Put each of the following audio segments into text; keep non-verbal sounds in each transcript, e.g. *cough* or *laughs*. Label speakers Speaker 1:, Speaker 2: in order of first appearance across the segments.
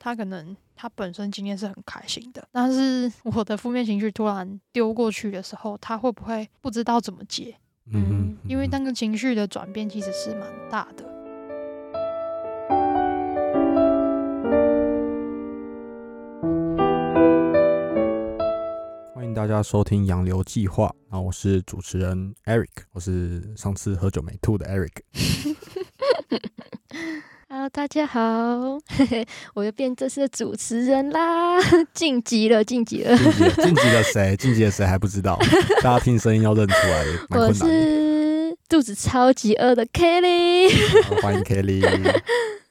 Speaker 1: 他可能他本身今天是很开心的，但是 *laughs* 我的负面情绪突然丢过去的时候，他会不会不知道怎么接？
Speaker 2: 嗯
Speaker 1: 因为那个情绪的转变其实是蛮大的。
Speaker 2: 欢迎大家收听《洋流计划》，然后我是主持人 Eric，我是上次喝酒没吐的
Speaker 1: *laughs*
Speaker 2: Eric。
Speaker 3: *laughs* Hello，大家好，我又变这次的主持人啦， *laughs* 晋级了，晋级了，
Speaker 2: 晋级了，晋级了谁？晋级了谁还
Speaker 1: *laughs*
Speaker 2: 不知道？大家听声音要认出来，蛮
Speaker 3: 我
Speaker 2: 困难的。
Speaker 3: 是肚子超级饿的 Kelly， *laughs*
Speaker 2: 好欢迎
Speaker 1: *laughs*
Speaker 2: Kelly，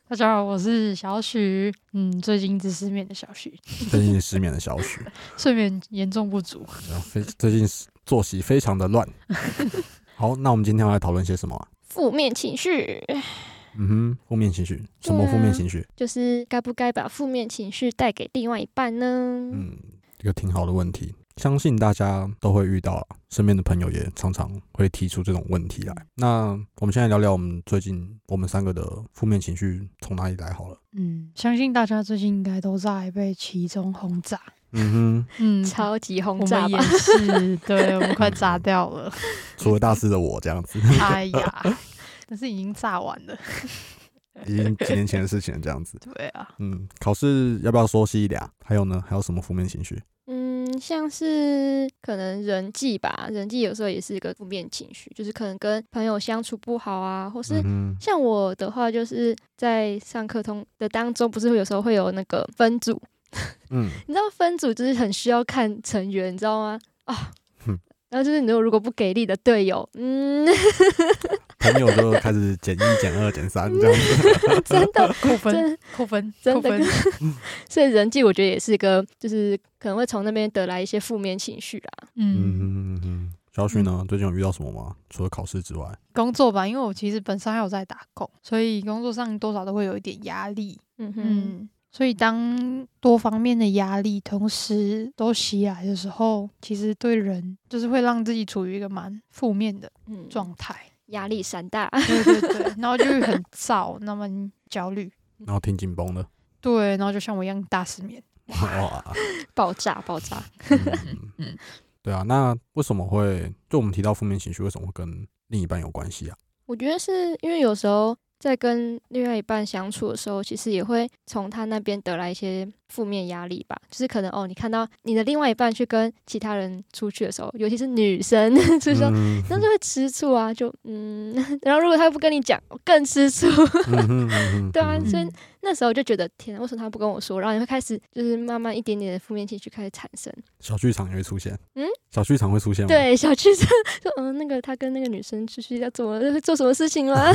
Speaker 1: 大家好，我是小许，嗯，最近一直失眠的小许，
Speaker 2: 最近失眠的小许，
Speaker 1: 睡眠严重不足。
Speaker 2: 然后非最近作息非常的乱。
Speaker 1: *laughs*
Speaker 2: 好，那我们今天要来讨论些什么啊、
Speaker 3: 负面情绪
Speaker 2: 嗯哼，负面情绪，什么负
Speaker 1: 啊
Speaker 2: 面情绪？
Speaker 3: 就是该不该把负面情绪带给另外一半呢？
Speaker 2: 嗯，一个挺好的问题，相信大家都会遇到啦，身边的朋友也常常会提出这种问题来。那我们现在聊聊我们最近我们三个的负面情绪从哪里来好了。
Speaker 1: 嗯，相信大家最近应该都在被其中轰炸。
Speaker 2: 嗯
Speaker 1: *laughs* 嗯，
Speaker 3: 超级
Speaker 1: 我
Speaker 3: 轰炸
Speaker 1: 们也
Speaker 3: 吧，
Speaker 1: 是，对我们快炸掉 *laughs* 了。
Speaker 2: 哼，除了大四的我这样子， *laughs*
Speaker 1: 哎呀，但是已经炸完 *laughs* 了。
Speaker 2: 已经几年前的事情了这样子。
Speaker 1: 对啊，
Speaker 2: 嗯，考试要不要说细一点啊？还有呢？还有什么负面情绪？
Speaker 3: 嗯，像是可能人际吧，人际有时候也是一个负面情绪，就是可能跟朋友相处不好啊，或是
Speaker 2: 嗯哼，
Speaker 3: 像我的话，就是在上课通的当中，不是会有时候会有那个分组，
Speaker 2: 嗯，
Speaker 3: 你知道分组就是很需要看成员，你知道吗？啊、
Speaker 2: 哼
Speaker 3: 然后就是你如果不给力的队友，嗯，
Speaker 2: 朋友就开始减一、减二、减三这样子。
Speaker 3: 真的
Speaker 1: 扣分，
Speaker 3: 真的，
Speaker 1: 扣分，
Speaker 3: 真
Speaker 1: 扣 *laughs*
Speaker 3: 的
Speaker 1: 分。嗯
Speaker 3: 所以人际我觉得也是一个，就是可能会从那边得来一些负面情绪啦。
Speaker 1: 嗯，
Speaker 2: 嗯哼嗯哼，小许呢？最近有遇到什么吗？除了考试之外，
Speaker 1: 工作吧，因为我其实本身还有在打工，所以工作上多少都会有一点压力。
Speaker 3: 嗯哼，
Speaker 1: 嗯，所以当多方面的压力同时都袭来的时候，其实对人就是会让自己处于一个蛮负面的
Speaker 3: 嗯，
Speaker 1: 状态。
Speaker 3: 压力山大，
Speaker 1: 对对对，然后就会很燥，那么焦虑。
Speaker 2: 然后挺紧绷的。
Speaker 1: 对，然后就像我一样大失眠。
Speaker 2: 哇，
Speaker 3: 爆炸爆炸。
Speaker 2: 嗯嗯， *laughs* 对啊，那为什么会就我们提到负面情绪，为什么会跟另一半有关系啊？
Speaker 3: 我觉得是因为有时候在跟另外一半相处的时候，其实也会从他那边得来一些负面压力吧。就是可能哦，你看到你的另外一半去跟其他人出去的时候，尤其是女生 *laughs* 出去的时候，
Speaker 2: 嗯
Speaker 3: 那就会吃醋啊，就嗯。 *laughs* 然后如果他不跟你讲，更吃醋。
Speaker 2: *laughs* 嗯哼嗯哼
Speaker 3: 对啊
Speaker 2: 嗯哼
Speaker 3: 所以 *laughs* 那时候就觉得天啊，为什么他不跟我说？然后你会开始就是慢慢一点点的负面情绪开始产生。
Speaker 2: 小剧场也会出现，
Speaker 3: 嗯，
Speaker 2: 小剧场会出现吗？，
Speaker 3: 对，小区生说嗯，那个他跟那个女生出去要怎么会做 *laughs* 什么事情吗？ *laughs*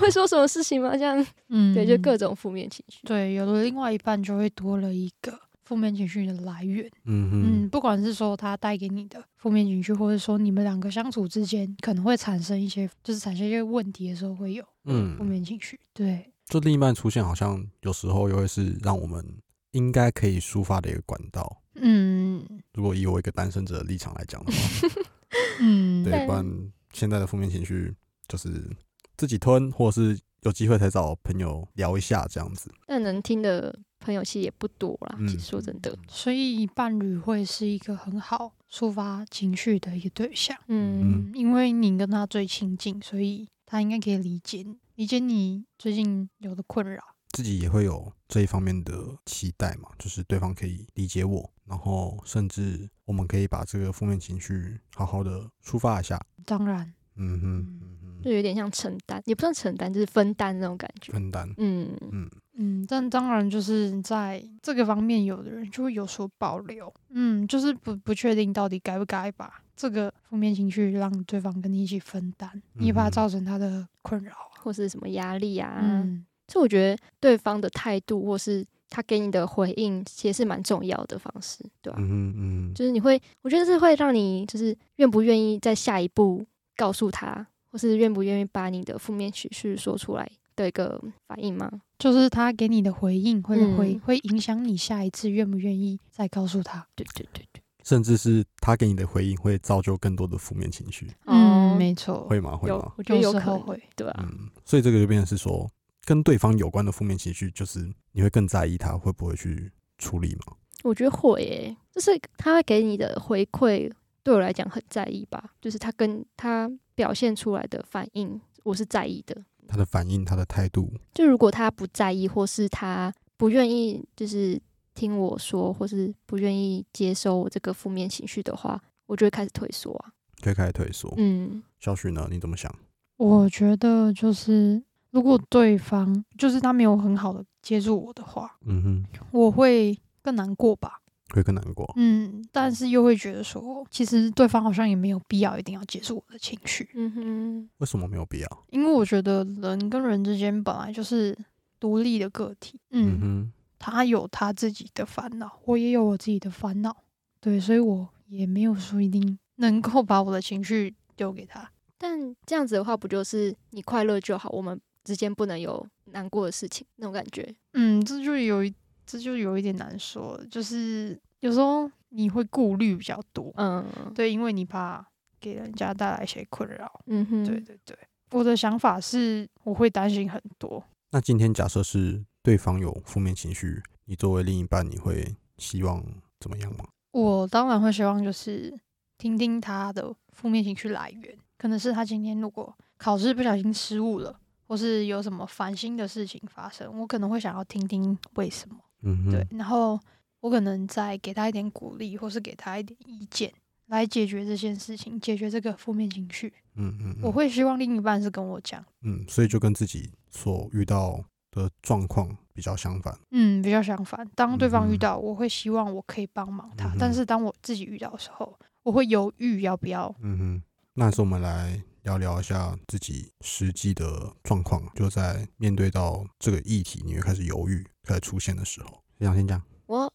Speaker 3: 会说什么事情吗？这样
Speaker 1: 嗯
Speaker 3: 对，就各种负面情绪。
Speaker 1: 对，有了另外一半就会多了一个负面情绪的来源。
Speaker 2: 嗯
Speaker 1: 嗯，
Speaker 2: 哼，
Speaker 1: 不管是说他带给你的负面情绪，或者说你们两个相处之间可能会产生一些，就是产生一些问题的时候会有负
Speaker 2: 嗯，
Speaker 1: 面情绪。对，
Speaker 2: 就另一半出现，好像有时候又会是让我们应该可以抒发的一个管道。
Speaker 1: 嗯
Speaker 2: 如果以我一个单身者的立场来讲
Speaker 3: *laughs*
Speaker 2: 的话，
Speaker 1: 嗯，
Speaker 2: 对，不然现在的负面情绪就是自己吞，或者是有机会才找朋友聊一下这样子。
Speaker 3: 但能听的朋友其实也不多啦，
Speaker 2: 嗯
Speaker 3: 其实说真的，
Speaker 1: 所以伴侣会是一个很好抒发情绪的一个对象。嗯，
Speaker 3: 嗯，
Speaker 1: 因为你跟他最亲近，所以他应该可以理解你，理解你最近有的困扰。
Speaker 2: 自己也会有这一方面的期待嘛，就是对方可以理解我，然后甚至我们可以把这个负面情绪好好的抒发一下。
Speaker 1: 当然，
Speaker 2: 嗯哼
Speaker 1: 嗯，
Speaker 2: 嗯
Speaker 3: 就
Speaker 2: 哼，
Speaker 3: 有点像承担，也不算承担，就是分担那种感觉。
Speaker 2: 分担。
Speaker 3: 嗯，
Speaker 2: 嗯，
Speaker 1: 嗯，但当然就是在这个方面，有的人就会有所保留，嗯，就是不不确定到底该不该把这个负面情绪让对方跟你一起分担，你怕
Speaker 2: 嗯哼
Speaker 1: 造成他的困扰啊，
Speaker 3: 或是什么压力啊，
Speaker 1: 嗯，
Speaker 3: 所以我觉得对方的态度或是他给你的回应，其实是蛮重要的方式，对吧、
Speaker 2: 嗯哼嗯哼，
Speaker 3: 就是你会，我觉得是会让你就是愿不愿意在下一步告诉他，或是愿不愿意把你的负面情绪说出来的一个反应吗？
Speaker 1: 就是他给你的回应会
Speaker 3: 嗯
Speaker 1: 会、会影响你下一次愿不愿意再告诉他。
Speaker 3: 对对对对，
Speaker 2: 甚至是他给你的回应会造就更多的负面情绪，
Speaker 3: 哦
Speaker 1: 嗯没错，
Speaker 2: 会吗？会
Speaker 3: 有
Speaker 2: 吗，？嗯
Speaker 3: 我觉得
Speaker 1: 有
Speaker 3: 有
Speaker 1: 时
Speaker 3: 可
Speaker 1: 候
Speaker 3: 能，
Speaker 1: 会，
Speaker 3: 对吧、啊
Speaker 2: 嗯，所以这个就变成是说，跟对方有关的负面情绪，就是你会更在意他会不会去处理嘛？
Speaker 3: 我觉得会耶，就是他会给你的回馈，对我来讲很在意吧，就是他跟他表现出来的反应，我是在意的。
Speaker 2: 他的反应，他的态度，
Speaker 3: 就如果他不在意，或是他不愿意，就是听我说，或是不愿意接收我这个负面情绪的话，我就会开始退缩啊。
Speaker 2: 就会开始退缩。
Speaker 3: 嗯，
Speaker 2: 小许呢？你怎么想？
Speaker 1: 我觉得就是，如果对方就是他没有很好的接住我的话，
Speaker 2: 嗯哼，
Speaker 1: 我会更难过吧。
Speaker 2: 会更难过。
Speaker 1: 嗯，但是又会觉得说，其实对方好像也没有必要一定要接住我的情绪，
Speaker 3: 嗯哼，
Speaker 2: 为什么没有必要？
Speaker 1: 因为我觉得人跟人之间本来就是独立的个体。
Speaker 2: 嗯
Speaker 1: 嗯，
Speaker 2: 哼，
Speaker 1: 他有他自己的烦恼，我也有我自己的烦恼。对，所以我也没有说一定 *laughs* 能够把我的情绪丢给他。
Speaker 3: 但这样子的话，不就是你快乐就好，我们之间不能有难过的事情那种感觉？
Speaker 1: 嗯，这就有一，这就有一点难说，就是有时候你会顾虑比较多，
Speaker 3: 嗯，
Speaker 1: 对，因为你怕给人家带来一些困扰。
Speaker 3: 嗯哼，
Speaker 1: 对对对，我的想法是我会担心很多，
Speaker 2: 那今天假设是对方有负面情绪，你作为另一半，你会希望怎么样吗？
Speaker 1: 我当然会希望就是听听他的负面情绪来源，可能是他今天如果考试不小心失误了，或是有什么烦心的事情发生，我可能会想要听听为什么。
Speaker 2: 嗯哼，
Speaker 1: 对，然后我可能再给他一点鼓励，或是给他一点意见，来解决这件事情，解决这个负面情绪。
Speaker 2: 嗯嗯，
Speaker 1: 我会希望另一半是跟我讲，
Speaker 2: 嗯，所以就跟自己所遇到的状况比较相反。
Speaker 1: 嗯，比较相反。当对方
Speaker 2: 嗯
Speaker 1: 遇
Speaker 2: 哼
Speaker 1: 到，我会希望我可以帮忙他，
Speaker 2: 嗯哼
Speaker 1: 但是当我自己遇到的时候，我会犹豫要不要。 *laughs*
Speaker 2: 嗯哼，那还是我们来聊聊一下自己实际的状况，就在面对到这个议题，你会开始犹豫，开始出现的时候，想先讲， *laughs*
Speaker 3: 我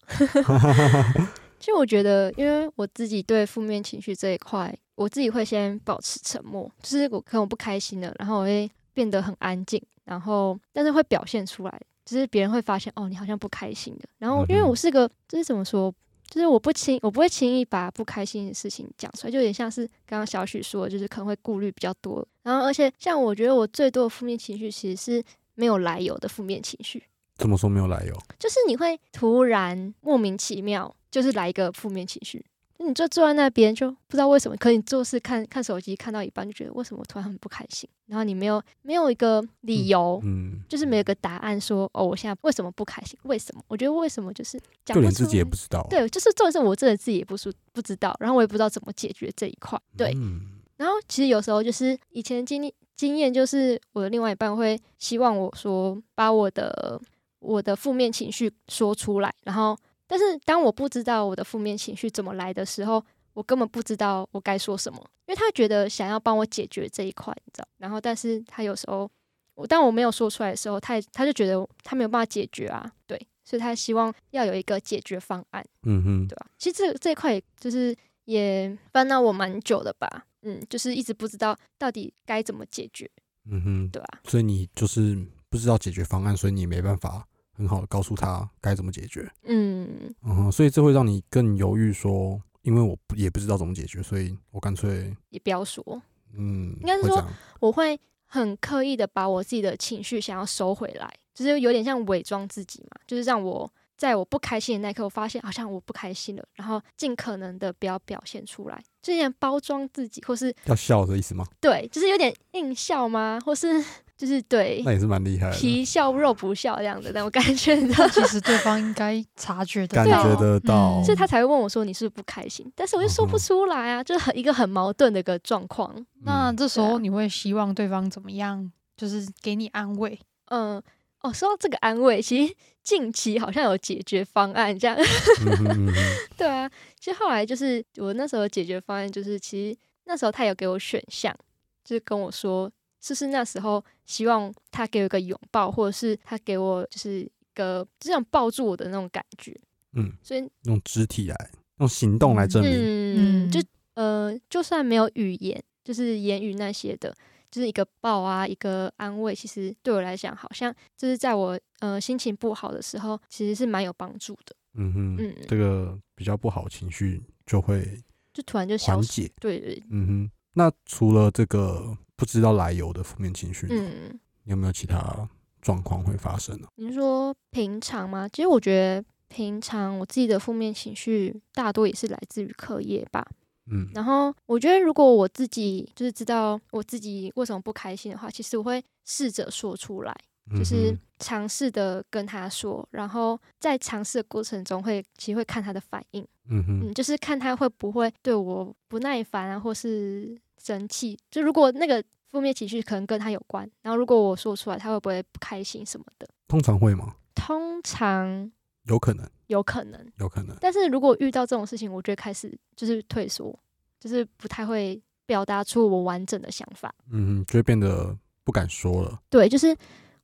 Speaker 3: 其实我觉得，因为我自己对负面情绪这一块，我自己会先保持沉默，就是我可能我不开心了，然后我会变得很安静，然后但是会表现出来，就是别人会发现哦，你好像不开心的。然后因为
Speaker 2: 嗯哼
Speaker 3: 我是个，就是怎么说，就是我不轻，我不会轻易把不开心的事情讲出来，就有点像是刚刚小许说的，就是可能会顾虑比较多。然后而且像我觉得我最多的负面情绪其实是没有来由的负面情绪，
Speaker 2: 这么说没有来由，
Speaker 3: 就是你会突然莫名其妙，就是来一个负面情绪，你就坐在那边就不知道为什么，可能你做事看看手机看到一半就觉得为什么我突然很不开心，然后你没有没有一个理由。
Speaker 2: 嗯，
Speaker 3: 哦就是没有一个答案说哦，我现在为什么不开心？为什么？我觉得为什么就是
Speaker 2: 就
Speaker 3: 讲不
Speaker 2: 连
Speaker 3: 出
Speaker 2: 自己也
Speaker 3: 来。
Speaker 2: 不知道，，
Speaker 3: 对，就是做的是我真的自己也不是不知道，然后我也不知道怎么解决这一块。对，
Speaker 2: 嗯
Speaker 3: 然后其实有时候就是以前经历经验，就是我的另外一半会希望我说把我的我的负面情绪说出来，然后但是当我不知道我的负面情绪怎么来的时候，我根本不知道我该说什么，因为他觉得想要帮我解决这一块，你知道，然后但是他有时候我当我没有说出来的时候，他也他就觉得他没有办法解决啊，对，所以他希望要有一个解决方案。
Speaker 2: 嗯哼，
Speaker 3: 对吧、啊其实这这一块也就是也烦恼我蛮久的吧，嗯，就是一直不知道到底该怎么解决，
Speaker 2: 嗯哼，
Speaker 3: 对啊吧、
Speaker 2: 所以你就是不知道解决方案，所以你没办法很好的告诉他该怎么解决。
Speaker 3: 嗯，
Speaker 2: 嗯哼，所以这会让你更犹豫说，因为我不也不知道怎么解决，所以我干脆
Speaker 3: 也不要说，
Speaker 2: 嗯，
Speaker 3: 应该是
Speaker 2: 会这
Speaker 3: 说
Speaker 2: 样
Speaker 3: 我会很刻意的把我自己的情绪想要收回来，就是有点像伪装自己嘛，就是让我。在我不开心的那一刻，我发现好像我不开心了，然后尽可能的不要表现出来，就有点包装自己，或是
Speaker 2: 要笑的意思吗？
Speaker 3: 对，就是有点硬笑吗？或是就是对
Speaker 2: 那也是蛮厉害的，
Speaker 3: 皮笑肉不笑这样的那种感觉，你知道
Speaker 1: 但其实对方应该察觉得
Speaker 2: 感
Speaker 1: 到，
Speaker 2: 觉得到，
Speaker 1: 嗯
Speaker 3: 所以啊他才会问我说你是不是不开心，但是我就说不出来啊，就是很一个很矛盾的一个状况。
Speaker 1: 那
Speaker 2: 嗯
Speaker 1: 这时
Speaker 3: 对啊
Speaker 1: 候你会希望对方怎么样？就是给你安慰，
Speaker 3: 嗯，哦，说到这个安慰，其实近期好像有解决方案这样。 *laughs*
Speaker 2: 嗯哼嗯哼
Speaker 3: 对啊，其实后来就是我那时候的解决方案就是，其实那时候他有给我选项，就是跟我说，就是那时候希望他给我一个拥抱，或者是他给我就是一个就像抱住我的那种感觉。
Speaker 2: 嗯，
Speaker 3: 所以
Speaker 2: 用肢体来，用行动来证明，
Speaker 3: 嗯，
Speaker 1: 嗯
Speaker 3: 就呃，就算没有语言，就是言语那些的，就是一个抱啊，一个安慰，其实对我来讲，好像就是在我呃心情不好的时候，其实是蛮有帮助的。
Speaker 2: 嗯哼，
Speaker 3: 嗯，
Speaker 2: 这个比较不好情绪就会
Speaker 3: 就突然就消
Speaker 2: 缓
Speaker 3: 失。
Speaker 2: 解，
Speaker 3: 对对，
Speaker 2: 嗯哼。那除了这个不知道来由的负面情绪，
Speaker 3: 嗯，
Speaker 2: 你有没有其他状况会发生呢、啊
Speaker 3: 您说平常吗？其实我觉得平常我自己的负面情绪大多也是来自于课业吧。
Speaker 2: 嗯，
Speaker 3: 然后我觉得，如果我自己就是知道我自己为什么不开心的话，其实我会试着说出来，就是
Speaker 2: 嗯
Speaker 3: 尝试的跟他说，然后在尝试的过程中会其实会看他的反应，
Speaker 2: 哼嗯
Speaker 3: 嗯，
Speaker 2: 哼，
Speaker 3: 就是看他会不会对我不耐烦啊，或是生气。就如果那个负面情绪可能跟他有关，然后如果我说出来，他会不会不开心什么的？
Speaker 2: 通常会吗？
Speaker 3: 通常
Speaker 2: 有可能，
Speaker 3: 有可能，
Speaker 2: 有可能。
Speaker 3: 但是如果遇到这种事情，我就会开始就是退缩，就是不太会表达出我完整的想法。
Speaker 2: 嗯哼，就会变得不敢说了。
Speaker 3: 对，就是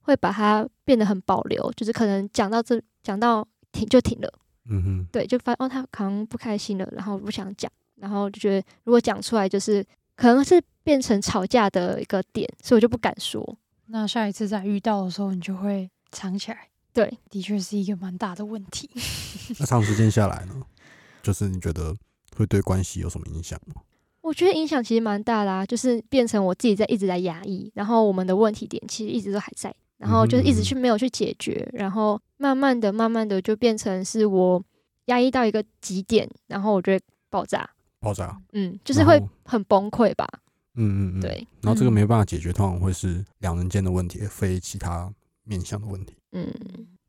Speaker 3: 会把它变得很保留，就是可能讲到这讲到停就停了，
Speaker 2: 嗯哼，
Speaker 3: 对，就发现哦他可能不开心了，然后不想讲，然后就觉得如果讲出来，就是可能是变成吵架的一个点，所以我就不敢说。
Speaker 1: 那下一次再遇到的时候，你就会藏起来。
Speaker 3: 对，
Speaker 1: 的确是一个蛮大的问题。 *laughs*
Speaker 2: 那长时间下来呢，就是你觉得会对关系有什么影响吗？
Speaker 3: 我觉得影响其实蛮大啦、啊就是变成我自己在一直在压抑，然后我们的问题点其实一直都还在，然后就是一
Speaker 2: 嗯
Speaker 3: 直去没有去解决，然后慢慢的、慢慢的就变成是我压抑到一个极点，然后我就会爆炸，
Speaker 2: 爆炸？
Speaker 3: 嗯，就是会
Speaker 2: 然后
Speaker 3: 很崩溃吧，
Speaker 2: 嗯嗯嗯，。
Speaker 3: 对，
Speaker 2: 然后这个没办法解决，通常会是两人间的问题，而非其他面向的问题。
Speaker 3: 嗯，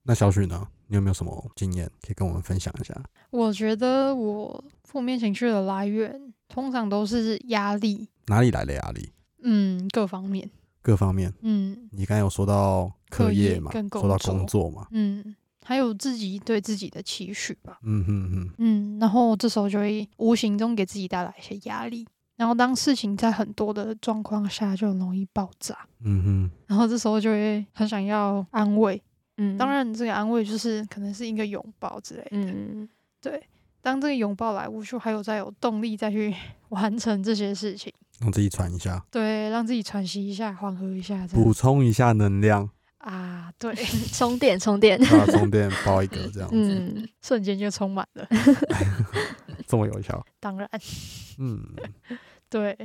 Speaker 2: 那小许呢？你有没有什么经验可以跟我们分享一下？
Speaker 1: 我觉得我负面情绪的来源通常都是压力，
Speaker 2: 哪里来的压力？
Speaker 1: 嗯，各方面，
Speaker 2: 各方面，
Speaker 1: 嗯
Speaker 2: 你刚才有说到课
Speaker 1: 课业
Speaker 2: 业嘛，
Speaker 1: 跟
Speaker 2: 说到
Speaker 1: 工
Speaker 2: 工作嘛，
Speaker 1: 嗯，还有自己对自己的期许吧，
Speaker 2: 嗯哼哼，
Speaker 1: 嗯，然后这时候就会无形中给自己带来一些压力，然后当事情在很多的状况下就很容易爆炸，
Speaker 2: 嗯哼，
Speaker 1: 然后这时候就会很想要安慰，
Speaker 3: 嗯，
Speaker 1: 当，然这个安慰就是可能是一个拥抱之类的，
Speaker 3: 嗯，
Speaker 1: 对，当这个拥抱来，我就还有再有动力再去 *laughs* 完成这些事情，
Speaker 2: 让自己喘一下，
Speaker 1: 对，让自己喘息一下，缓和一下，这样
Speaker 2: 补充一下能
Speaker 1: *laughs*
Speaker 2: 量，
Speaker 1: 啊，对，
Speaker 3: *laughs*
Speaker 1: *laughs*
Speaker 3: 充电充电，
Speaker 2: 把充电包一个这样，
Speaker 3: *laughs* 嗯，
Speaker 1: 瞬间就充满了。
Speaker 2: 这么有效。
Speaker 1: 当然，
Speaker 2: 嗯，
Speaker 1: 对，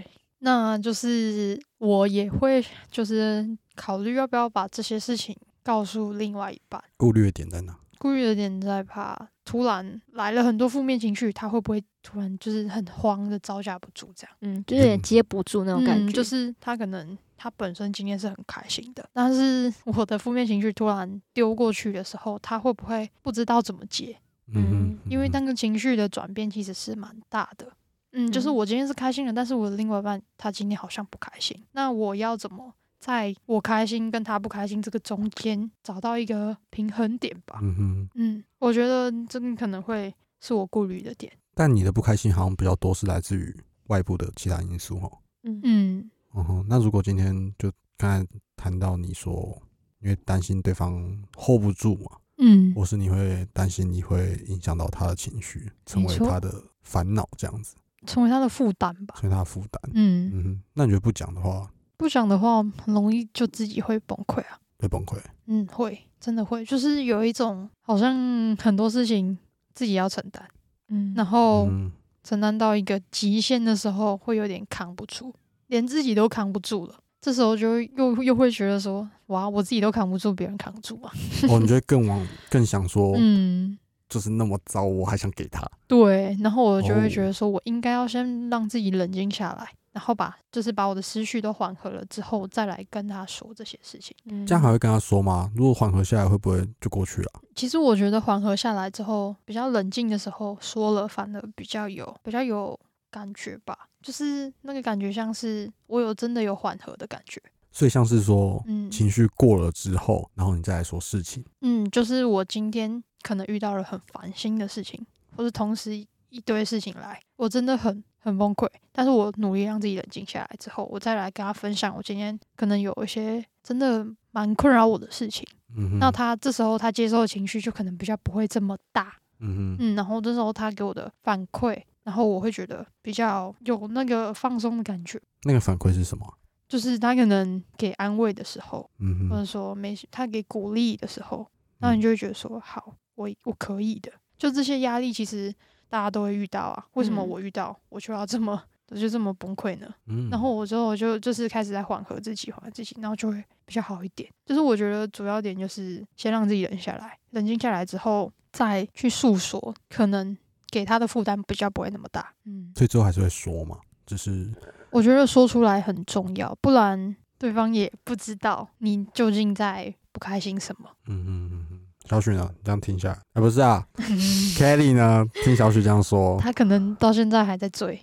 Speaker 1: 那就是我也会就是考虑要不要把这些事情告诉另外一半。
Speaker 2: 顾虑的点在哪？
Speaker 1: 顾虑有点在怕，突然来了很多负面情绪，他会不会突然就是很慌的招架不住这样？
Speaker 3: 嗯，就有点接不住那种感觉，
Speaker 1: 嗯，就是他可能他本身今天是很开心的，但是我的负面情绪突然丢过去的时候，他会不会不知道怎么接？
Speaker 2: 嗯哼，
Speaker 1: 因为那个情绪的转变其实是蛮大的。嗯，就是
Speaker 3: 嗯
Speaker 1: 我今天是开心的，但是我的另外一半他今天好像不开心，那我要怎么在我开心跟他不开心这个中间找到一个平衡点吧？
Speaker 2: 嗯哼，
Speaker 1: 嗯，我觉得这个可能会是我顾虑的点。
Speaker 2: 但你的不开心好像比较多是来自于外部的其他因素哦。
Speaker 3: 嗯
Speaker 1: 嗯
Speaker 2: 嗯哼，那如果今天就刚才谈到你说，因为担心对方 hold 不住嘛，
Speaker 1: 嗯
Speaker 2: 或是你会担心你会影响到他的情绪，成
Speaker 1: 没
Speaker 2: 为
Speaker 1: 错
Speaker 2: 他的烦恼这样子，
Speaker 1: 成为他的负担吧。
Speaker 2: 成为他的负担。
Speaker 1: 嗯，
Speaker 2: 嗯哼，那你觉得不讲的话
Speaker 1: 不讲的话，很容易就自己会崩溃啊。
Speaker 2: 会崩溃？
Speaker 1: 嗯，会，真的会，就是有一种好像很多事情自己要承担，
Speaker 3: 嗯，
Speaker 1: 然后
Speaker 2: 嗯
Speaker 1: 承担到一个极限的时候，会有点扛不住，连自己都扛不住了。这时候就会又又会觉得说，哇，我自己都扛不住，别人扛得住啊。
Speaker 2: 哼，哦，你就会更往更想说，
Speaker 1: *laughs* 嗯，
Speaker 2: 就是那么糟，我还想给他。
Speaker 1: 对。然后我就会觉
Speaker 2: 哦
Speaker 1: 得说，我应该要先让自己冷静下来，然后把就是把我的思绪都缓和了之后，再来跟他说这些事情。
Speaker 3: 嗯
Speaker 2: 这样还会跟他说吗？如果缓和下来，会不会就过去了？
Speaker 1: 其实我觉得缓和下来之后，比较冷静的时候说了，反而比较有比较有感觉吧，就是那个感觉像是我有真的有缓和的感觉。
Speaker 2: 所以像是说，
Speaker 1: 嗯，
Speaker 2: 情绪过了之后，然后你再来说事情，
Speaker 1: 嗯，就是我今天可能遇到了很烦心的事情，或是同时一堆事情来，我真的很很崩溃。但是我努力让自己冷静下来之后，我再来跟他分享我今天可能有一些真的蛮困扰我的事情。
Speaker 2: 嗯哼，
Speaker 1: 那，他这时候他接受的情绪就可能比较不会这么大，
Speaker 2: 嗯哼，
Speaker 1: 嗯，然后这时候他给我的反馈，然后我会觉得比较有那个放松的感觉。
Speaker 2: 那个反馈是什么？
Speaker 1: 就是他可能给安慰的时候，
Speaker 2: 嗯
Speaker 1: 或者
Speaker 2: 哼，
Speaker 1: 说没事他给鼓励的时候，呃
Speaker 2: 嗯
Speaker 1: 那你就会觉得说，好，我我可以的。就这些压力，其实大家都会遇到啊。为什么
Speaker 3: 嗯
Speaker 1: 我遇到，我就要这么 *laughs* 我就这么崩溃呢？
Speaker 2: 嗯，
Speaker 1: 然后我之后就就是开始在缓和自己，缓和自己，然后就会比较好一点。就是我觉得主要点就是先让自己冷下来，冷静下来之后再去诉说，可能给他的负担比较不会那么大。嗯，
Speaker 2: 所以最后还是会说嘛，只是
Speaker 1: 我觉得说出来很重要，不然对方也不知道你究竟在不开心什么。
Speaker 2: 嗯嗯嗯嗯，小许呢，这样听下来，啊不
Speaker 1: *laughs*
Speaker 2: 是啊，Kelly 呢，听小许这样说，
Speaker 1: 他可能到现在还在追。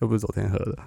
Speaker 2: 又不是昨天喝的，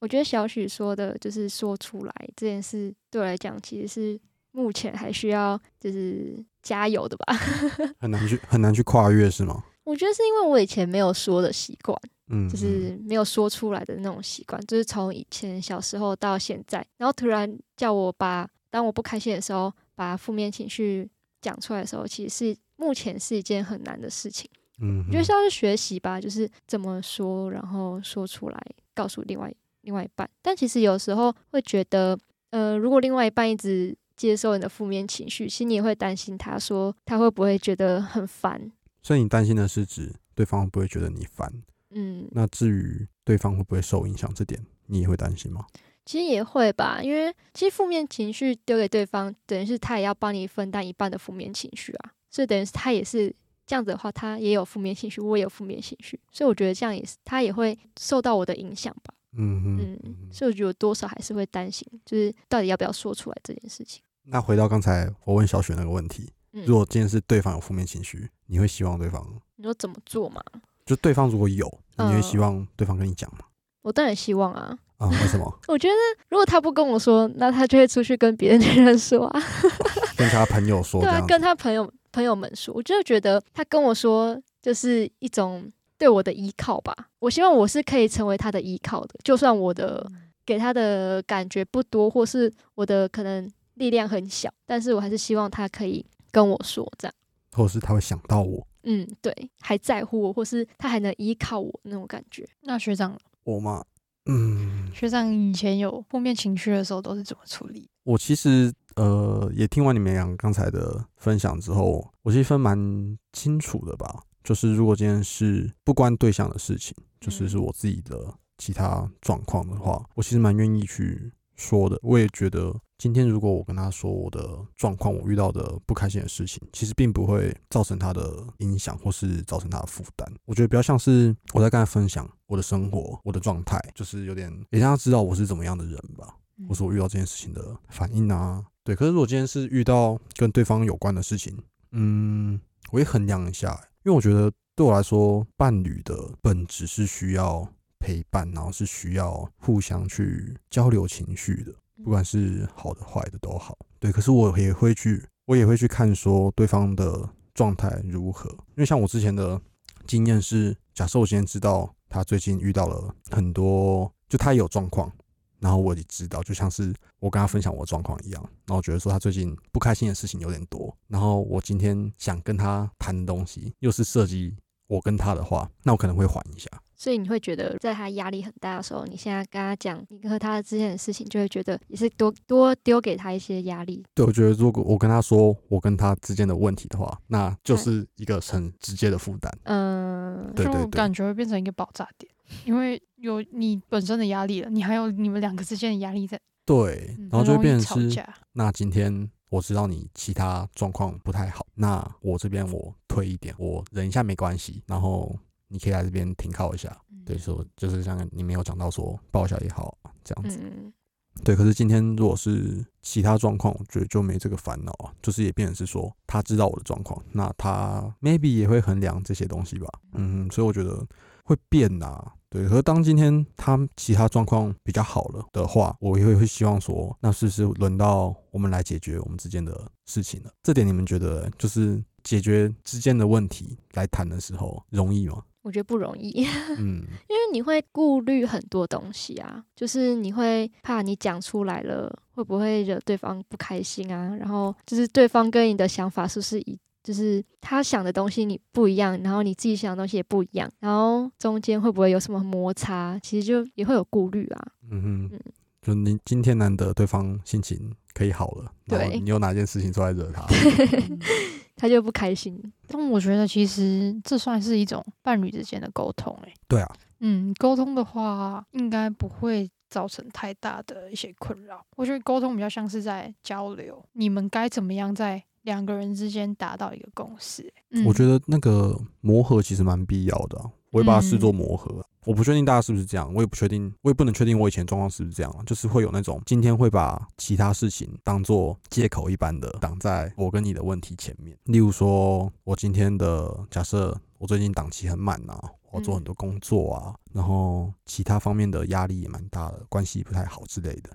Speaker 3: 我觉得小许说的就是说出来这件事，对我来讲其实是目前还需要就是加油的吧。 *laughs*
Speaker 2: 很难去很难去跨越是吗？
Speaker 3: 我觉得是因为我以前没有说的习惯，
Speaker 2: 嗯，
Speaker 3: 就是没有说出来的那种习惯，就是从以前小时候到现在，然后突然叫我把当我不开心的时候，把负面情绪讲出来的时候，其实是目前是一件很难的事情。
Speaker 2: 嗯，嗯
Speaker 3: 我觉得是要去学习吧，就是怎么说，然后说出来，告诉另外另外一半。但其实有时候会觉得，呃，如果另外一半一直接受你的负面情绪，其实你也会担心他说他会不会觉得很烦。
Speaker 2: 所以你担心的是指对方会不会觉得你烦？
Speaker 3: 嗯，
Speaker 2: 那至于对方会不会受影响这点，你也会担心吗？
Speaker 3: 其实也会吧，因为其实负面情绪丢给对方，等于是他也要帮你分担一半的负面情绪啊，所以等于是他也是这样子的话，他也有负面情绪，我也有负面情绪，所以我觉得这样也是他也会受到我的影响吧，
Speaker 2: 嗯哼
Speaker 3: 嗯，所以我觉得多少还是会担心，就是到底要不要说出来这件事情。
Speaker 2: 那回到刚才我问小雪那个问题，
Speaker 3: 嗯，
Speaker 2: 如果今天是对方有负面情绪，你会希望对方
Speaker 3: 你说怎么做嘛？
Speaker 2: 就对方如果有，你
Speaker 3: 嗯
Speaker 2: 会希望对方跟你讲吗？
Speaker 3: 我当然希望啊，
Speaker 2: 啊、为什么？
Speaker 3: 我觉得如果他不跟我说，那他就会出去跟别的女人说啊。
Speaker 2: 跟他朋友说这
Speaker 3: *laughs* 对啊
Speaker 2: 样，子，
Speaker 3: 跟他朋友朋友们说，我就觉得他跟我说，就是一种对我的依靠吧。我希望我是可以成为他的依靠的，就算我的
Speaker 2: 嗯
Speaker 3: 给他的感觉不多，或是我的可能力量很小，但是我还是希望他可以跟我说这样。
Speaker 2: 或者是他会想到我。
Speaker 3: 嗯，对，还在乎我，或是他还能依靠我那种感觉。
Speaker 1: 那学长，
Speaker 2: 我嘛，嗯，
Speaker 1: 学长以前有负面情绪的时候都是怎么处理？
Speaker 2: 我其实呃也听完你们俩刚才的分享之后，我其实分蛮清楚的吧。就是如果今天是不关对象的事情，就是
Speaker 1: 嗯
Speaker 2: 是我自己的其他状况的话，我其实蛮愿意去说的。我也觉得今天如果我跟他说我的状况，我遇到的不开心的事情，其实并不会造成他的影响或是造成他的负担。我觉得比较像是我在跟他分享我的生活、我的状态，就是有点也让他知道我是怎么样的人
Speaker 1: 嗯
Speaker 2: 吧。或是我遇到这件事情的反应啊。对，可是如果今天是遇到跟对方有关的事情，嗯，我也衡量一下、欸因为我觉得对我来说，伴侣的本质是需要陪伴，然后是需要互相去交流情绪的，不管是好的坏的都好。对，可是我也会去，我也会去看说对方的状态如何，因为像我之前的经验是，假设我今天知道他最近遇到了很多，就他也有状况，然后我也知道，就像是我跟他分享我的状况一样，然后觉得说他最近不开心的事情有点多，然后我今天想跟他谈的东西又是涉及我跟他的话，那我可能会缓一下。
Speaker 3: 所以你会觉得，在他压力很大的时候，你现在跟他讲你和他之间的事情，就会觉得也是多多丢给他一些压力，
Speaker 2: 对，我觉得如果我跟他说我跟他之间的问题的话，那就是一个很直接的负担。
Speaker 3: 嗯，
Speaker 2: 对对
Speaker 1: 就
Speaker 2: 对
Speaker 1: 感，觉会变成一个爆炸点，因为有你本身的压力了，你还有你们两个之间的压力在，
Speaker 2: 对
Speaker 1: 嗯，
Speaker 2: 然后
Speaker 1: 很
Speaker 2: 就会
Speaker 1: 容
Speaker 2: 变
Speaker 1: 易
Speaker 2: 成
Speaker 1: 吵
Speaker 2: 是，
Speaker 1: 架。
Speaker 2: 那今天我知道你其他状况不太好，那我这边我退一点，我忍一下没关系，然后你可以来这边停靠一下。对，说就是像你没有讲到说报销也好啊这样子，
Speaker 3: 嗯，
Speaker 2: 对。可是今天如果是其他状况，我觉得就没这个烦恼啊，就是也变成是说他知道我的状况，那他 maybe 也会衡量这些东西吧，嗯，所以我觉得会变啊。对，可是当今天他其他状况比较好了的话，我也会会希望说，那是不是轮到我们来解决我们之间的事情了？这点你们觉得就是解决之间的问题来谈的时候容易吗？
Speaker 3: 我觉得不容易，
Speaker 2: 嗯，
Speaker 3: 因为你会顾虑很多东西啊，就是你会怕你讲出来了会不会惹对方不开心啊，然后就是对方跟你的想法是不是一，就是他想的东西你不一样，然后你自己想的东西也不一样，然后中间会不会有什么摩擦，其实就也会有顾虑啊。
Speaker 2: 嗯哼
Speaker 3: 嗯，
Speaker 2: 就你今天难得对方心情可以好了，然后
Speaker 3: 对
Speaker 2: 你有哪件事情出来惹他？
Speaker 3: 他就不开心。
Speaker 1: 但我觉得其实这算是一种伴侣之间的沟通、欸，
Speaker 2: 对啊，
Speaker 1: 嗯，沟通的话应该不会造成太大的一些困扰。我觉得沟通比较像是在交流，你们该怎么样在两个人之间达到一个共识、欸嗯，
Speaker 2: 我觉得那个磨合其实蛮必要的啊、我会把它视作磨合啊、我不确定大家是不是这样，我也不确定，我也不能确定我以前状况是不是这样啊，就是会有那种今天会把其他事情当做借口一般的挡在我跟你的问题前面。例如说，我今天的假设我最近档期很满啊，我要做很多工作啊，然后其他方面的压力也蛮大的，关系不太好之类的。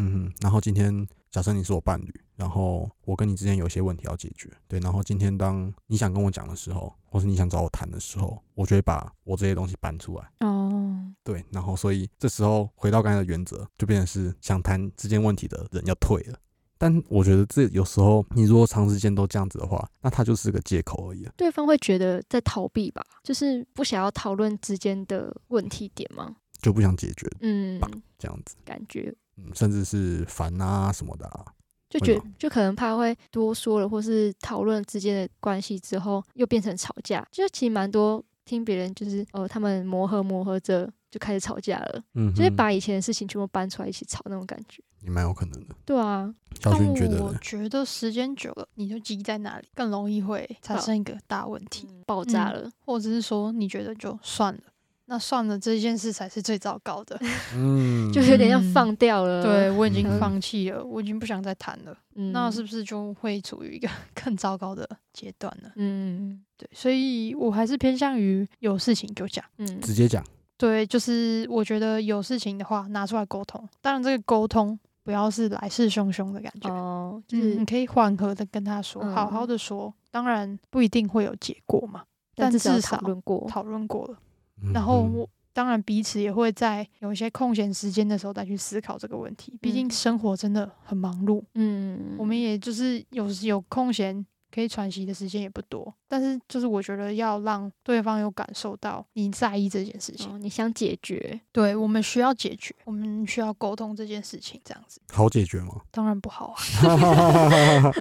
Speaker 2: 嗯哼，然后今天假设你是我伴侣，然后我跟你之间有一些问题要解决，对，然后今天当你想跟我讲的时候，或是你想找我谈的时候，我就会把我这些东西搬出来，
Speaker 1: 哦，
Speaker 2: 对，然后所以这时候回到刚才的原则，就变成是想谈这件问题的人要退了。但我觉得这有时候你如果长时间都这样子的话，那它就是个借口而已啊。
Speaker 3: 对方会觉得在逃避吧，就是不想要讨论之间的问题点吗？
Speaker 2: 就不想解决
Speaker 3: 嗯，
Speaker 2: 这样子，
Speaker 3: 感觉
Speaker 2: 嗯，甚至是烦啊什么的、啊，
Speaker 3: 就
Speaker 2: 会
Speaker 3: 觉
Speaker 2: 吗
Speaker 3: 就可能怕会多说了，或是讨论之间的关系之后又变成吵架，就是其实蛮多听别人就是呃他们磨合磨合着就开始吵架了，
Speaker 2: 嗯哼，
Speaker 3: 就是把以前的事情全部搬出来一起吵那种感觉。
Speaker 2: 也蛮有可能的。
Speaker 3: 对啊，
Speaker 2: 小
Speaker 1: 但
Speaker 2: 徐，你觉得
Speaker 1: 我
Speaker 2: 呢？
Speaker 1: 觉得时间久了，你就积在那里，更容易会产
Speaker 3: 好
Speaker 1: 生一个大问题，
Speaker 3: 爆炸了，
Speaker 1: 或者是说你觉得就算了，那算了这件事才是最糟糕 *laughs* 的。
Speaker 2: 嗯，
Speaker 3: 就有点像
Speaker 1: 嗯
Speaker 3: 放掉了。
Speaker 1: 对，我已
Speaker 2: 嗯
Speaker 1: 经放弃了，我已经不想再谈了，
Speaker 3: 嗯，
Speaker 1: 那是不是就会处于一个 *laughs* 更糟糕的阶段呢？
Speaker 3: 嗯
Speaker 1: 对，所以我还是偏向于有事情就讲。
Speaker 3: 嗯
Speaker 2: 直接讲。
Speaker 1: 对，就是我觉得有事情的话拿出来沟通，当然这个沟通不要是来势汹汹的感觉，
Speaker 3: 哦，就
Speaker 1: 嗯，
Speaker 3: 是
Speaker 1: 你可以缓和的跟他说，好好
Speaker 3: 嗯
Speaker 1: 的说，当然不一定会有结果嘛，但
Speaker 3: 但至少
Speaker 1: 至
Speaker 3: 讨
Speaker 1: 少
Speaker 3: 论过。
Speaker 1: 讨论过了，
Speaker 2: 嗯
Speaker 1: 然后
Speaker 2: 哼
Speaker 1: 我。当然，彼此也会在有一些空闲时间的时候再去思考这个问题。毕
Speaker 3: 嗯
Speaker 1: 竟生活真的很忙碌，
Speaker 3: 嗯，
Speaker 1: 我们也就是有时有空闲可以喘息的时间也不多，但是就是我觉得要让对方有感受到你在意这件事情，
Speaker 3: 哦，你想解决，
Speaker 1: 对我们需要解决，我们需要沟通这件事情，这样子
Speaker 2: 好解决吗？
Speaker 1: 当然不好啊，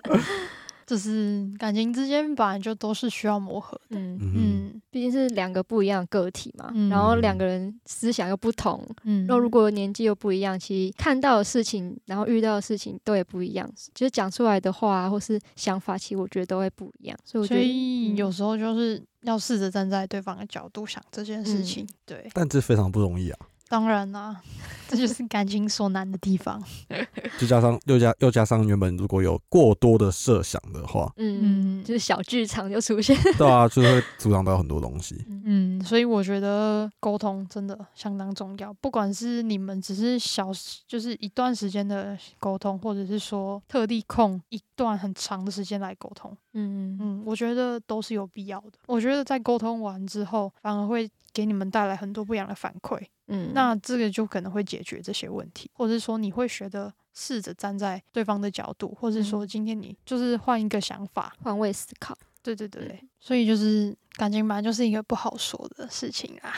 Speaker 1: 就是感情之间本来就都是需要磨合，
Speaker 3: 嗯，
Speaker 2: 嗯，
Speaker 1: 嗯
Speaker 3: 毕竟是两个不一样的个体嘛，
Speaker 1: 嗯
Speaker 3: 然后两个人思想又不同，
Speaker 1: 嗯，
Speaker 3: 然后如果年纪又不一样，其实看到的事情，然后遇到的事情都也不一样，就是讲出来的话、啊或是想法，其实我觉得都会不一样，所以我觉
Speaker 1: 所
Speaker 3: 得
Speaker 1: 以
Speaker 3: 嗯
Speaker 1: 有时候就是要试着站在对方的角度想这件事
Speaker 3: 嗯，
Speaker 1: 情，对，
Speaker 2: 但这非常不容易啊！
Speaker 1: 当然啦、 *laughs* 这就是感情所难的地方，
Speaker 2: 就加上又加又加上原本如果有过多的设想的话
Speaker 1: *laughs*
Speaker 3: 嗯，
Speaker 1: 嗯，
Speaker 3: 就是小剧场就出现，
Speaker 2: 对啊，就是会阻挡到很多东西。
Speaker 1: 嗯，所以我觉得沟通真的相当重要，不管是你们只是小时，就是一段时间的沟通，或者是说特地空一段很长的时间来沟通，
Speaker 3: *laughs* 嗯嗯
Speaker 1: 嗯，我觉得都是有必要的。我觉得在沟通完之后，反而会给你们带来很多不一样的反馈，
Speaker 3: 嗯，
Speaker 1: 那这个就可能会解决这些问题，或者是说你会学得试着站在对方的角度，或者是说
Speaker 3: 嗯
Speaker 1: 今天你就是换一个想法，
Speaker 3: 换位思考，
Speaker 1: 对对对，
Speaker 3: 嗯
Speaker 1: 所以就是感情本来就是一个不好说的事情啊。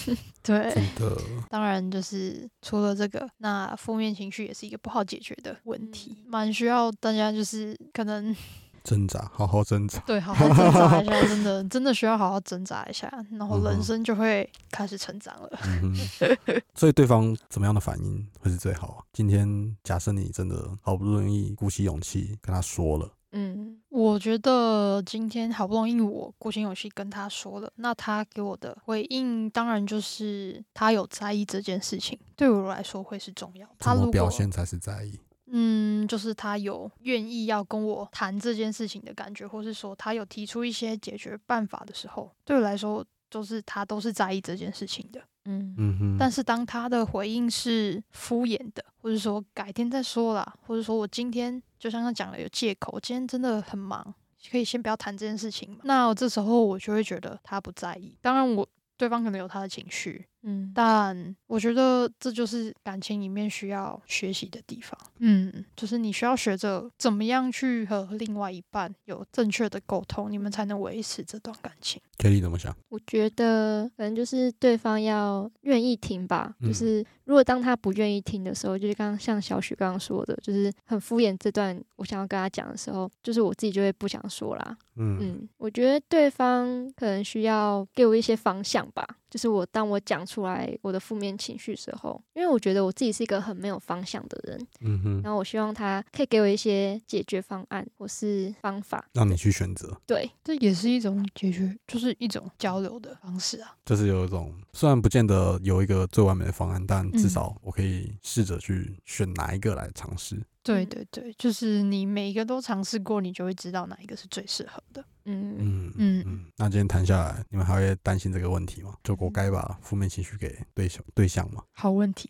Speaker 1: *laughs* 对，
Speaker 2: 真的，
Speaker 1: 当然就是除了这个，那负面情绪也是一个不好解决的
Speaker 3: 嗯
Speaker 1: 问题，蛮需要大家就是可能
Speaker 2: 挣扎，好好
Speaker 1: *laughs*
Speaker 2: 挣扎。
Speaker 1: 对好好挣扎一下，真的真的需要好好挣扎一下，然后
Speaker 2: 嗯哼
Speaker 1: 人生就会开始成长了。
Speaker 2: 嗯哼，所以对方怎么样的反应会是最好啊？今天假设你真的好不容易鼓起勇气跟他说了，
Speaker 3: 嗯
Speaker 1: 我觉得今天好不容易我鼓起勇气跟他说了，那他给我的回应当然就是他有在意这件事情，对我来说会是重要。
Speaker 2: 怎
Speaker 1: 他如
Speaker 2: 么
Speaker 1: 果
Speaker 2: 表现才是在意？
Speaker 1: 嗯，就是他有愿意要跟我谈这件事情的感觉，或是说他有提出一些解决办法的时候，对我来说，就是他都是在意这件事情的。
Speaker 3: 嗯
Speaker 2: 嗯哼，
Speaker 1: 但是当他的回应是敷衍的，或者说改天再说啦，或者说我今天就像他讲的有借口，我今天真的很忙，可以先不要谈这件事情嘛。那我这时候我就会觉得他不在意。当然我，对方可能有他的情绪，
Speaker 3: 嗯，
Speaker 1: 但我觉得这就是感情里面需要学习的地方。嗯，就是你需要学着怎么样去和另外一半有正确的沟通，你们才能维持这段感情。
Speaker 2: k e l l y 怎么想？
Speaker 3: 我觉得可能就是对方要愿意听吧，
Speaker 2: 嗯
Speaker 3: 就是如果当他不愿意听的时候，就是刚刚像小许刚刚说的，就是很敷衍这段我想要跟他讲的时候，就是我自己就会不想说啦。
Speaker 2: 嗯
Speaker 3: 嗯，我觉得对方可能需要给我一些方向吧，就是我当我讲出来我的负面情绪时候，因为我觉得我自己是一个很没有方向的人，
Speaker 2: 嗯哼，
Speaker 3: 然后我希望他可以给我一些解决方案或是方法。
Speaker 2: 让你去选择，
Speaker 3: 对，
Speaker 1: 这也是一种解决，就是一种交流的方式啊。
Speaker 2: 就是有一种虽然不见得有一个最完美的方案，但
Speaker 1: 嗯
Speaker 2: 至少我可以试着去选哪一个来尝试。
Speaker 1: 对
Speaker 3: 嗯
Speaker 1: 对对，就是你每一个都尝试过，你就会知道哪一个是最适合的。
Speaker 3: 嗯，
Speaker 2: 嗯
Speaker 1: 嗯
Speaker 2: 嗯，那今天谈下来，你们还会担心这个问题吗？就活该把负面情绪给对象对象嘛。
Speaker 1: 好问题，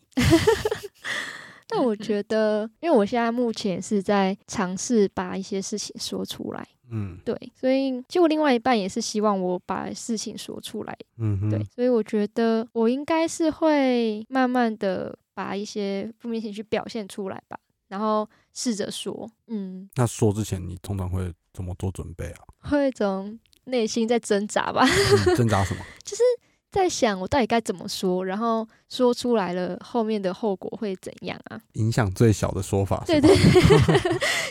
Speaker 3: 但我觉得，因为我现在目前是在尝试把一些事情说出来，
Speaker 2: 嗯
Speaker 3: 对，所以其实我另外一半也是希望我把事情说出来，
Speaker 2: 嗯哼
Speaker 3: 对，所以我觉得我应该是会慢慢的把一些负面情绪表现出来吧，然后试着说，嗯，
Speaker 2: 那说之前，你通常会怎么做准备啊？ *laughs*
Speaker 3: 会有一种内心在挣扎吧， *laughs*
Speaker 2: 嗯挣扎什么？
Speaker 3: 在想我到底该怎么说，然后说出来了后面的后果会怎样啊？ *laughs*
Speaker 2: 影响最小的说法是
Speaker 3: 对
Speaker 2: 吧
Speaker 3: 对，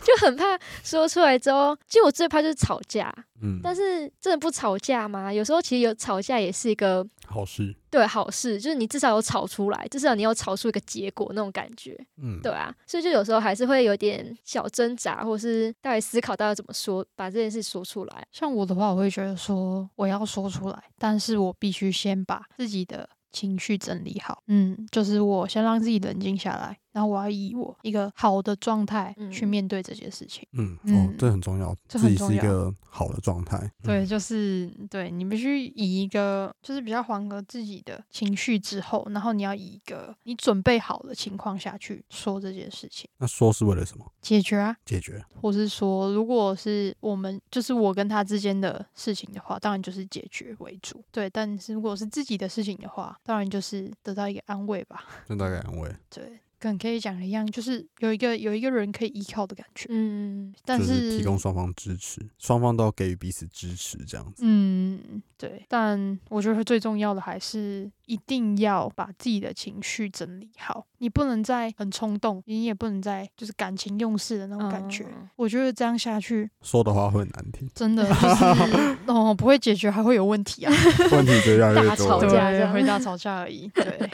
Speaker 3: 就很怕说出来之后，其实我最怕就是吵架，
Speaker 2: 嗯，
Speaker 3: 但是真的不吵架吗？有时候其实有吵架也是一个
Speaker 2: 好事，
Speaker 3: 对好事，就是你至少有吵出来，至少你有吵出一个结果那种感觉，
Speaker 2: 嗯，
Speaker 3: 对啊，所以就有时候还是会有点小挣扎，或是到底思考到底怎么说，把这件事说出来。
Speaker 1: 像我的话，我会觉得说我要说出来，但是我必须先把自己的情绪整理好。嗯，就是我先让自己冷静下来，然后我要以我一个好的状态去
Speaker 3: 嗯
Speaker 1: 面对这件事情。
Speaker 2: 嗯，哦
Speaker 1: 嗯，
Speaker 2: 这很重要，
Speaker 1: 这
Speaker 2: 自
Speaker 1: 很
Speaker 2: 己是一
Speaker 1: 重要
Speaker 2: 个好的状态。
Speaker 1: 对，
Speaker 2: 嗯，
Speaker 1: 就是对你必须以一个就是比较缓和自己的情绪之后，然后你要以一个你准备好的情况下去说这件事情，
Speaker 2: 那说是为了什么
Speaker 1: 解决啊，
Speaker 2: 解决？
Speaker 1: 或是说，如果是我们就是我跟他之间的事情的话，当然就是解决为主，对。但是如果是自己的事情的话，当然就是得到一个安慰吧，
Speaker 2: 就大概安慰，
Speaker 1: 对。跟可以讲的一样，就是有一个有一个人可以依靠的感觉，
Speaker 3: 嗯，
Speaker 1: 但
Speaker 2: 就是
Speaker 1: 是
Speaker 2: 提供双方支持，双方都要给予彼此支持，这样子。
Speaker 1: 嗯，对，但我觉得最重要的还是一定要把自己的情绪整理好，你不能再很冲动，你也不能再就是感情用事的那种感觉。
Speaker 3: 嗯
Speaker 1: 我觉得这样下去，
Speaker 2: 说的话会很难听
Speaker 1: 真的就是
Speaker 2: *laughs*
Speaker 1: 哦，不会解决还会有问题啊，
Speaker 2: 问题就越来越
Speaker 3: 大
Speaker 2: 多
Speaker 3: 吵
Speaker 2: 了。
Speaker 3: 架这
Speaker 1: 对，
Speaker 3: 样
Speaker 1: 回家吵架而已。对，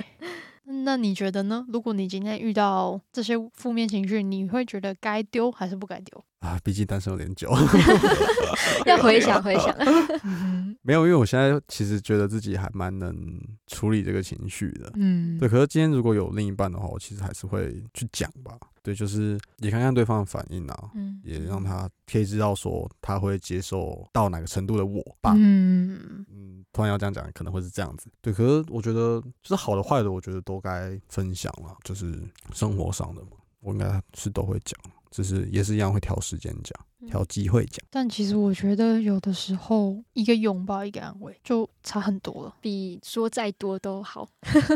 Speaker 1: 那你觉得呢？如果你今天遇到这些负面情绪，你会觉得该丢还是不该
Speaker 2: *laughs*
Speaker 1: 丢？
Speaker 2: 啊，毕竟单身有点久，
Speaker 3: 要回想回想，
Speaker 1: 嗯
Speaker 2: *laughs* 没有，因为我现在其实觉得自己还蛮能处理这个情绪的。
Speaker 1: 嗯
Speaker 2: 对，可是今天如果有另一半的话，我其实还是会去讲吧。对，就是也看看对方的反应啊，
Speaker 3: 嗯，
Speaker 2: 也让他可以知道说他会接受到哪个程度的我吧。
Speaker 1: 嗯
Speaker 2: 嗯，突然要这样讲，可能会是这样子。对，可是我觉得就是好的坏的，我觉得都该分享了，就是生活上的嘛，我应该是都会讲，只是也是一样会挑时间讲，
Speaker 1: 嗯
Speaker 2: 挑机会讲。
Speaker 1: 但其实我觉得有的时候一个拥抱一个安慰就差很多
Speaker 2: 嗯
Speaker 1: 了。
Speaker 3: 比说再多都好。 *laughs*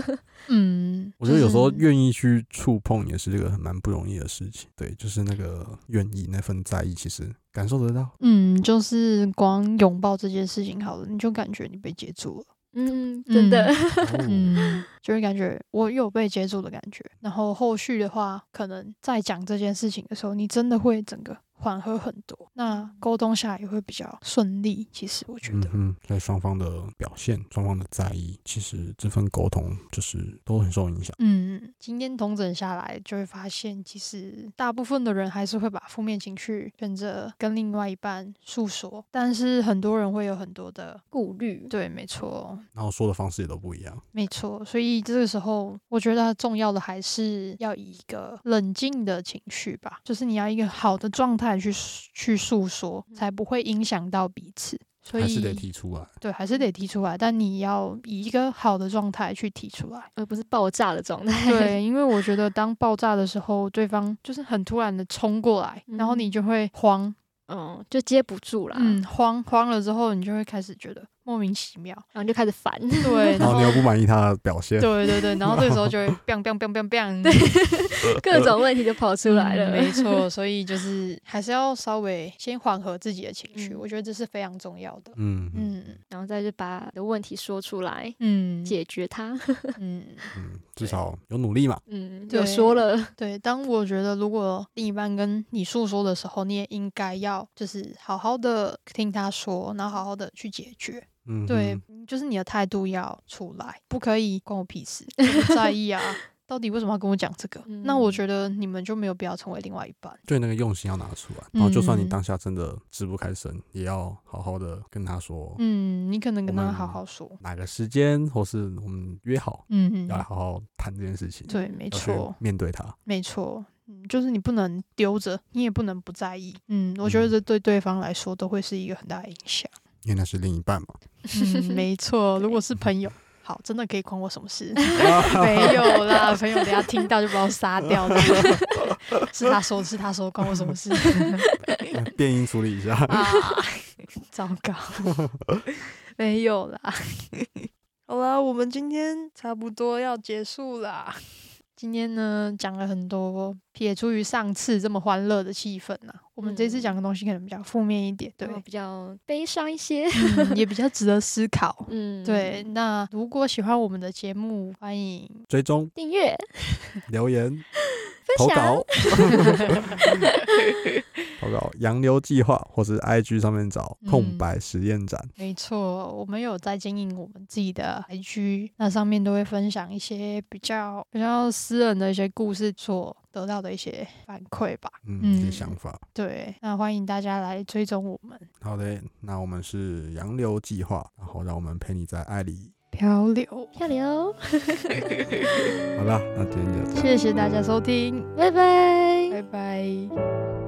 Speaker 1: 嗯，
Speaker 2: 我觉得有时候
Speaker 1: 就是
Speaker 2: 愿意去触碰也是这个很蛮不容易的事情。对，就是那个愿意那份在意，其实感受得到。
Speaker 1: 嗯，就是光拥抱这件事情好了，你就感觉你被接住了。
Speaker 3: 嗯，真的，
Speaker 2: 哦
Speaker 1: *laughs* 嗯，就会感觉我有被接住的感觉。然后后续的话，可能在讲这件事情的时候，你真的会整个缓和很多，那沟通下来也会比较顺利。其实我觉
Speaker 2: 嗯
Speaker 1: 得，
Speaker 2: 哼，所以双方的表现、双方的在意，其实这份沟通就是都很受影响。
Speaker 1: 嗯，今天统整下来，就会发现，其实大部分的人还是会把负面情绪选择跟另外一半诉说，但是很多人会有很多的
Speaker 3: 顾虑，。
Speaker 1: 对，没错，
Speaker 2: 然后说的方式也都不一样。
Speaker 1: 没错，所以这个时候，我觉得重要的还是要以一个冷静的情绪吧，就是你要一个好的状态去诉去诉说，才不会影响到彼此。所以
Speaker 2: 还是得提出来。
Speaker 1: 对，还是得提出来，但你要以一个好的状态去提出来 *laughs*
Speaker 3: 而不是爆炸的状态。 *laughs*
Speaker 1: 对，因为我觉得当爆炸的时候，对方就是很突然的冲过来，然后你
Speaker 3: 嗯
Speaker 1: 就会慌，
Speaker 3: 嗯，就接不住啦。
Speaker 1: 嗯，慌慌了之后，你就会开始觉得莫名其妙。
Speaker 3: 然后你就开始烦。
Speaker 1: 对，
Speaker 2: 然
Speaker 1: 然
Speaker 2: 后
Speaker 1: 后
Speaker 2: 你又不满意他的表现，
Speaker 1: 对对对，然后这个时候就
Speaker 2: *laughs*
Speaker 1: 会 biang biang biang biang biang，对， *laughs*
Speaker 3: 各种问题就跑出来
Speaker 1: 嗯
Speaker 3: 了。
Speaker 1: 没 *laughs* 错，所以就是还是要稍微先缓和自己的情绪，
Speaker 3: 嗯
Speaker 1: 我觉得这是非常重要的。
Speaker 2: 嗯嗯
Speaker 1: 嗯
Speaker 3: 然后再就把你的问题说出来，
Speaker 1: 嗯
Speaker 3: 解决它。
Speaker 1: 嗯，
Speaker 2: 嗯，至少有努力嘛，
Speaker 3: 嗯，
Speaker 1: 对
Speaker 3: 有说了，
Speaker 1: *laughs*
Speaker 3: *laughs*
Speaker 1: 对。当我觉得如果另一半跟你诉说的时候，你也应该要就是好好的听他说，然后好好的去解决。
Speaker 2: 嗯，
Speaker 1: 对，就是你的态度要出来，不可以关我屁事，我不在意 *laughs* 啊。到底为什么要跟我讲这个？那我
Speaker 2: 嗯
Speaker 1: 觉得你们就没有必要成为另外一半。
Speaker 2: 对那个用心要拿出来，然后就算你
Speaker 1: 嗯
Speaker 2: 当下真的支不开身，也要好好的跟他说，
Speaker 1: 嗯，你可能跟
Speaker 2: 我
Speaker 1: 他
Speaker 2: 们
Speaker 1: 好好说。
Speaker 2: 哪个时间或是我们约好
Speaker 1: 嗯
Speaker 2: 要来
Speaker 1: 嗯，
Speaker 2: 好好谈这件事情，
Speaker 1: 对，没
Speaker 2: 要去
Speaker 1: 错，
Speaker 2: 面对他，
Speaker 1: 没错。嗯，就是你不能丢着，你也不能不在意。嗯，我觉得
Speaker 2: 嗯
Speaker 1: 这对对方来说都会是一个很大的影响。
Speaker 2: 因为那是另一半嘛，
Speaker 1: *laughs* 嗯，没错。如果
Speaker 3: 对
Speaker 1: 是朋友，好，真的可以关我什么事？ *laughs* 没有 *laughs* 啦，朋友等下听到就把我杀掉。这样是他说，是他说，关我什么事？
Speaker 2: 变音处理一下，
Speaker 1: 啊，糟 *laughs* 糕，没有啦。 *laughs* 好啦，我们今天差不多要结束啦。 *laughs* 今天呢，讲了很多，撇除于上次这么欢乐的气氛呐、我们这次
Speaker 3: 嗯
Speaker 1: 讲的东西可能比较负面一点，对
Speaker 3: 然后，比较悲伤一些。
Speaker 1: 哦嗯也比较值得思考。*laughs*
Speaker 3: 嗯，
Speaker 1: 对，，那如果喜欢我们的节目，欢迎
Speaker 2: 追踪
Speaker 3: 订阅
Speaker 2: 留言投
Speaker 3: 分享
Speaker 1: *laughs*
Speaker 2: 稿，投稿洋流计划或是 IG 上面找
Speaker 1: 嗯
Speaker 2: 空白实验展，
Speaker 1: 没错，我们有在经营我们自己的 IG，那上面都会分享一些比较比较私人的一些故事，所得到的一些反馈吧。
Speaker 2: 嗯，
Speaker 1: 嗯
Speaker 2: 一些想法。
Speaker 1: 对，那欢迎大家来追踪我们
Speaker 2: 好的，那我们是洋流计划，然后让我们陪你在爱里。
Speaker 1: 漂流。
Speaker 3: 漂流，
Speaker 2: 好了，那今天就这样。
Speaker 1: 谢谢大家收听，
Speaker 3: 拜拜。
Speaker 1: 拜拜。